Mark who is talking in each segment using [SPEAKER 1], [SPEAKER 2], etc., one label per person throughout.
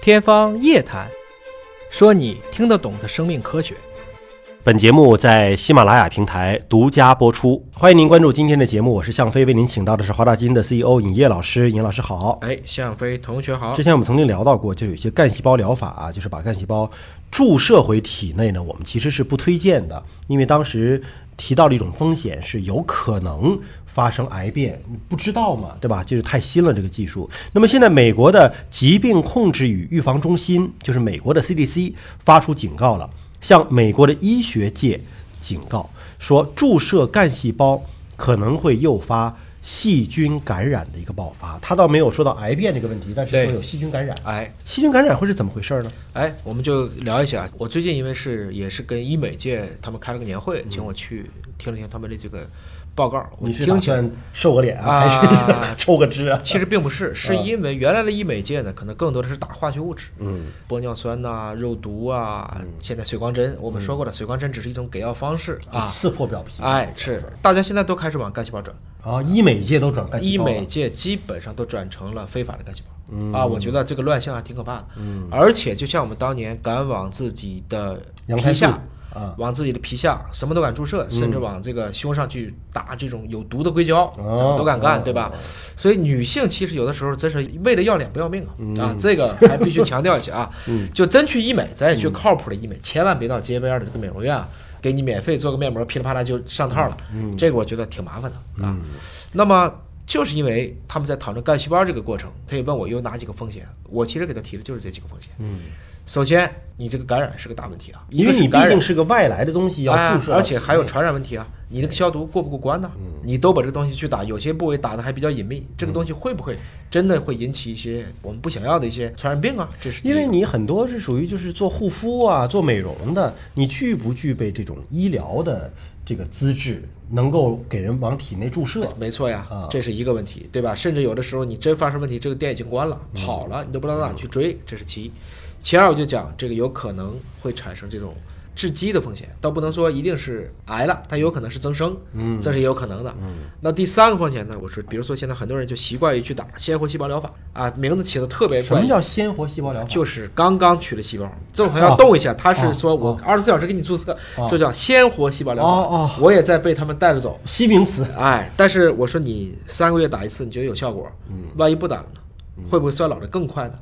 [SPEAKER 1] 天方夜谭，说你听得懂的生命科学。
[SPEAKER 2] 本节目在喜马拉雅平台独家播出，欢迎您关注今天的节目，我是向飞，为您请到的是华大基因的 CEO 尹烨老师，尹老师好。
[SPEAKER 1] 哎，向飞同学好
[SPEAKER 2] 之。前我们曾经聊到过，就有一些干细胞疗法啊，就是把干细胞注射回体内呢，我们其实是不推荐的，因为当时提到了一种风险是有可能发生癌变，你不知道嘛，对吧？这是太新了这个技术。那么现在美国的疾病控制与预防中心，就是美国的 CDC 发出警告了，向美国的医学界警告说，注射干细胞可能会诱发。细菌感染的一个爆发，他倒没有说到癌变这个问题，但是说
[SPEAKER 1] 对
[SPEAKER 2] 有细菌感染。啊
[SPEAKER 1] 哎
[SPEAKER 2] 细菌感染会是怎么回事呢？
[SPEAKER 1] 哎，我们就聊一下。我最近因为是也是跟医美界他们开了个年会，请我去听了听他们的这个报告，我
[SPEAKER 2] 嗯你是
[SPEAKER 1] 听
[SPEAKER 2] 打
[SPEAKER 1] 起来。
[SPEAKER 2] 算瘦个脸啊，
[SPEAKER 1] 啊
[SPEAKER 2] 还是 抽个脂啊？
[SPEAKER 1] 其实并不是，是因为原来的医美界呢，可能更多的是打化学物质，
[SPEAKER 2] 嗯，
[SPEAKER 1] 玻尿酸呐、肉毒啊，现在水光针，我
[SPEAKER 2] 嗯
[SPEAKER 1] 们说过了，水光针只是一种给药方式啊。
[SPEAKER 2] 刺破表皮
[SPEAKER 1] 哎，是，大家现在都开始往干细胞转，
[SPEAKER 2] 啊！医美界都转干细
[SPEAKER 1] 医
[SPEAKER 2] 胞了嗯
[SPEAKER 1] 美界基本上都转成了非法的干细胞。啊，我觉得这个乱象还挺可怕的。嗯，而且就像我们当年敢往自己的
[SPEAKER 2] 羊
[SPEAKER 1] 皮
[SPEAKER 2] 胎素
[SPEAKER 1] 下，
[SPEAKER 2] 啊，
[SPEAKER 1] 往自己的皮下什么都敢注射，甚至往这个胸上去打这种有毒的硅胶，
[SPEAKER 2] 哦
[SPEAKER 1] 咱们都敢干，
[SPEAKER 2] 哦
[SPEAKER 1] 对吧？所以女性其实有的时候真是为了要脸不要命啊！
[SPEAKER 2] 嗯
[SPEAKER 1] 啊，这个还必须强调一下 啊！就真去医美，咱也去靠谱的医美，千万别到街边的这个美容院啊，给你免费做个面膜，噼里啪啦就上套了。
[SPEAKER 2] 嗯
[SPEAKER 1] 这个我觉得挺麻烦的啊。那么。就是因为他们在讨论干细胞这个过程，他也问我有哪几个风险，我其实给他提的就是这几个风险。
[SPEAKER 2] 嗯，
[SPEAKER 1] 首先，你这个感染是个大问题啊，一
[SPEAKER 2] 因
[SPEAKER 1] 个
[SPEAKER 2] 为
[SPEAKER 1] 是
[SPEAKER 2] 你毕
[SPEAKER 1] 感染
[SPEAKER 2] 竟是个外来的东嗯西，要注射
[SPEAKER 1] 哎，
[SPEAKER 2] 到体内，
[SPEAKER 1] 而且还有传染问题啊！你那个消毒过不过关呢？你都把这个东西去打，有些部位打的还比较隐秘，
[SPEAKER 2] 嗯
[SPEAKER 1] 这个东西会不会真的会引起一些我们不想要的一些传染病啊？这是第一
[SPEAKER 2] 因
[SPEAKER 1] 个
[SPEAKER 2] 为你很多是属于就是做护肤啊、做美容的，你具不具备这种医疗的这个资质，能够给人往体内注射？
[SPEAKER 1] 没错呀
[SPEAKER 2] 啊，
[SPEAKER 1] 这是一个问题，对吧？甚至有的时候你真发生问题，这个店已经关了，
[SPEAKER 2] 嗯
[SPEAKER 1] 跑了，你都不知道哪去追，这是其一。其二，我就讲这个有可能会产生这种致畸的风险，倒不能说一定是癌了，它有可能是增生，嗯，这是也有可能的。
[SPEAKER 2] 嗯
[SPEAKER 1] 那第三个风险呢？我说，比如说现在很多人就习惯于去打鲜活细胞疗法啊，名字起的特别
[SPEAKER 2] 什
[SPEAKER 1] 怪
[SPEAKER 2] 么。叫哦鲜活细胞疗法？
[SPEAKER 1] 就是刚刚取了细胞，正常要动一下。他是说我二十四小时给你注射，这叫鲜活细胞疗
[SPEAKER 2] 哦哦
[SPEAKER 1] 法。我也在被他们带着走，
[SPEAKER 2] 新名词。
[SPEAKER 1] 哎，但是我说你三个月打一次，你觉得有效果？万一不打了呢？会不会衰老的更快呢？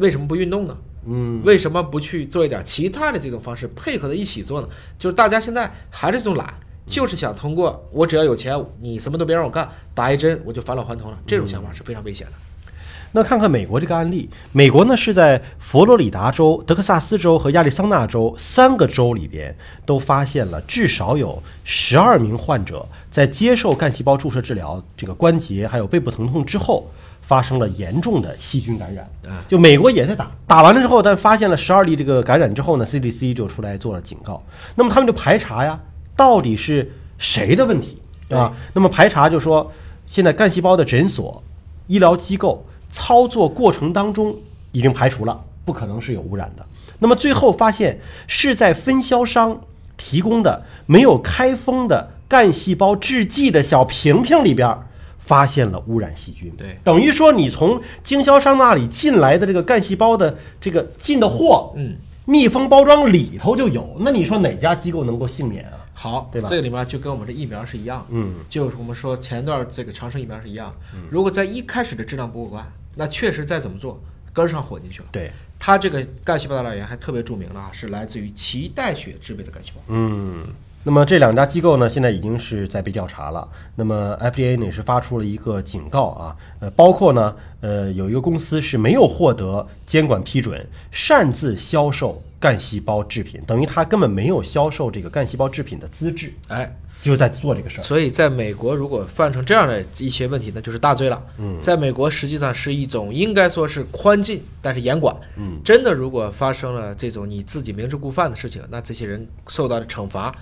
[SPEAKER 1] 为什么不运动呢？
[SPEAKER 2] 嗯，
[SPEAKER 1] 为什么不去做一点其他的这种方式配合的一起做呢？就是大家现在还是这种懒，就是想通过我只要有钱，你什么都别让我干，打一针我就返老还童了，这种想法是非常危险的。
[SPEAKER 2] 那看看美国这个案例，美国呢是在佛罗里达州、德克萨斯州和亚利桑那州三个州里边都发现了至少有十二名患者在接受干细胞注射治疗，这个关节还有背部疼痛之后。发生了严重的细菌感染，就美国也在打，打完了之后，但发现了十二例这个感染之后呢，CDC 就出来做了警告。那么他们就排查呀，到底是谁的问题，对吧？那么排查就说，现在干细胞的诊所医疗机构操作过程当中已经排除了，不可能是有污染的。那么最后发现是在分销商提供的没有开封的干细胞制剂的小瓶瓶里边儿发现了污染细菌。
[SPEAKER 1] 对，
[SPEAKER 2] 等于说你从经销商那里进来的这个干细胞的这个进的货，
[SPEAKER 1] 嗯，
[SPEAKER 2] 密封包装里头就有。那你说哪家机构能够幸免啊？
[SPEAKER 1] 好，
[SPEAKER 2] 对吧
[SPEAKER 1] 这个里面就跟我们这疫苗是一样，
[SPEAKER 2] 嗯，
[SPEAKER 1] 就是我们说前段这个长生疫苗是一样，如果在一开始的质量不过关，那确实再怎么做根儿上火进去了。
[SPEAKER 2] 对，
[SPEAKER 1] 它这个干细胞大来源还特别著名了啊，是来自于脐带血制备的干细胞。
[SPEAKER 2] 嗯，那么这两家机构呢，现在已经是在被调查了。那么 FDA 呢也是发出了一个警告啊，呃，包括呢，呃，有一个公司是没有获得监管批准，擅自销售干细胞制品，等于他根本没有销售这个干细胞制品的资质，
[SPEAKER 1] 哎，
[SPEAKER 2] 就是在做这个事儿。
[SPEAKER 1] 所以在美国如果犯成这样的一些问题，那就是大罪了。嗯，在美国实际上是一种应该说是宽禁，但是严管。嗯，真的如果发生了这种你自己明知故犯的事情，那这些人受到的惩罚，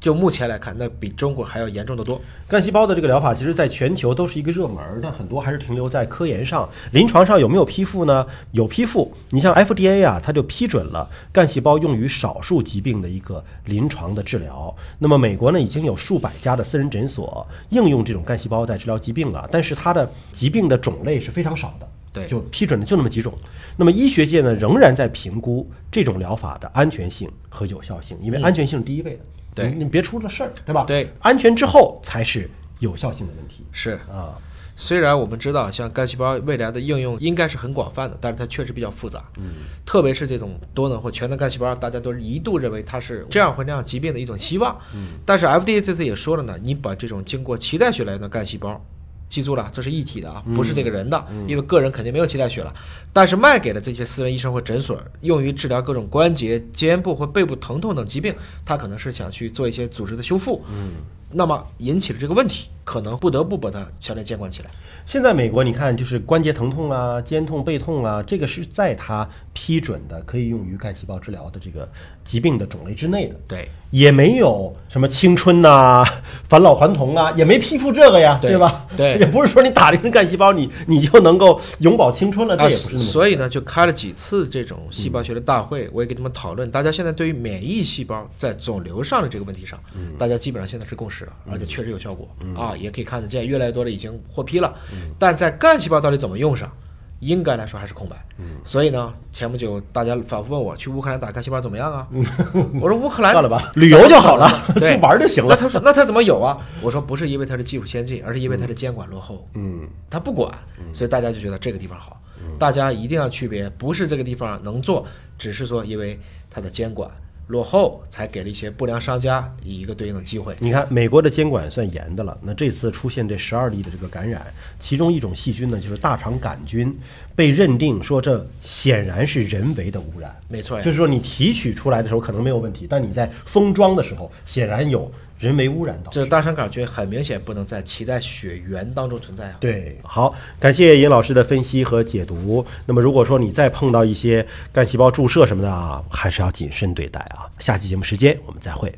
[SPEAKER 1] 就目前来看，那比中国还要严重的多。
[SPEAKER 2] 干细胞的这个疗法，其实在全球都是一个热门儿，但很多还是停留在科研上。临床上有没有批复呢？有批复。你像 FDA 啊，它就批准了干细胞用于少数疾病的一个临床的治疗。那么美国呢，已经有数百家的私人诊所应用这种干细胞在治疗疾病了，但是它的疾病的种类是非常少的。
[SPEAKER 1] 对
[SPEAKER 2] 就批准的就那么几种。那么医学界呢，仍然在评估这种疗法的安全性和有效性，因为安全性是第一位的。
[SPEAKER 1] 嗯对
[SPEAKER 2] 你你别出了事儿，对吧？
[SPEAKER 1] 对，
[SPEAKER 2] 啊安全之后才是有效性的问题
[SPEAKER 1] 是。
[SPEAKER 2] 啊。
[SPEAKER 1] 虽然我们知道，像干细胞未来的应用应该是很广泛的，但是它确实比较复杂。嗯，特别是这种多能或全能干细胞，大家都一度认为它是这样或那样疾病的一种希望。嗯，但是 FDA 这次也说了呢，你把这种经过脐带血来源的干细胞，记住了，这是一体的啊，不是这个人的，因为个人肯定没有脐带血了。但是卖给了这些私人医生或诊所，用于治疗各种关节、肩部或背部疼痛等疾病，他可能是想去做一些组织的修复。嗯，那么引起了这个问题，可能不得不把它强烈监管起来。
[SPEAKER 2] 现在美国你看，就是关节疼痛啊、肩痛、背痛啊，这个是在它批准的可以用于干细胞治疗的这个疾病的种类之内的。
[SPEAKER 1] 对，
[SPEAKER 2] 也没有什么青春呐、 返老还童啊，也没批复这个呀，
[SPEAKER 1] 对
[SPEAKER 2] 吧？
[SPEAKER 1] 对
[SPEAKER 2] 也不是说你打了一针干细胞，你你就能够永葆青春了，这
[SPEAKER 1] 啊，
[SPEAKER 2] 也不是那么。
[SPEAKER 1] 所以呢，就开了几次这种细胞学的大会，我也跟他们讨论，大家现在对于免疫细胞在肿瘤上的这个问题上，
[SPEAKER 2] 嗯
[SPEAKER 1] 大家基本上现在是共识了，而且确实有效果啊，也可以看得见，越来越多的已经获批了。
[SPEAKER 2] 嗯
[SPEAKER 1] 但在干细胞到底怎么用上，应该来说还是空白。
[SPEAKER 2] 嗯
[SPEAKER 1] 所以呢，前不久大家反复问我去乌克兰打干细胞怎么样啊？我说乌克兰
[SPEAKER 2] 嗯算 了吧，旅游就好了，
[SPEAKER 1] 对
[SPEAKER 2] 去玩儿就行
[SPEAKER 1] 那
[SPEAKER 2] 了。
[SPEAKER 1] 他说那他怎么有啊？ 我说不是因为他的技术先进，而是因为他的监管落后。
[SPEAKER 2] 嗯，
[SPEAKER 1] 他不管，所以大家就觉得这个地方好。大家一定要区别，不是这个地方能做，只是说因为它的监管落后，才给了一些不良商家以一个对应的机会。
[SPEAKER 2] 你看美国的监管算严的了，那这次出现这十二例的这个感染，其中一种细菌呢就是大肠杆菌，被认定说这显然是人为的污染。
[SPEAKER 1] 没错呀
[SPEAKER 2] 就是说你提取出来的时候可能没有问题，但你在封装的时候显然有人为污染到。
[SPEAKER 1] 这大肠杆菌很明显不能在脐带血缘当中存在啊。
[SPEAKER 2] 对，好，感谢尹老师的分析和解读。那么，如果说你再碰到一些干细胞注射什么的啊，还是要谨慎对待啊。下期节目时间我们再会。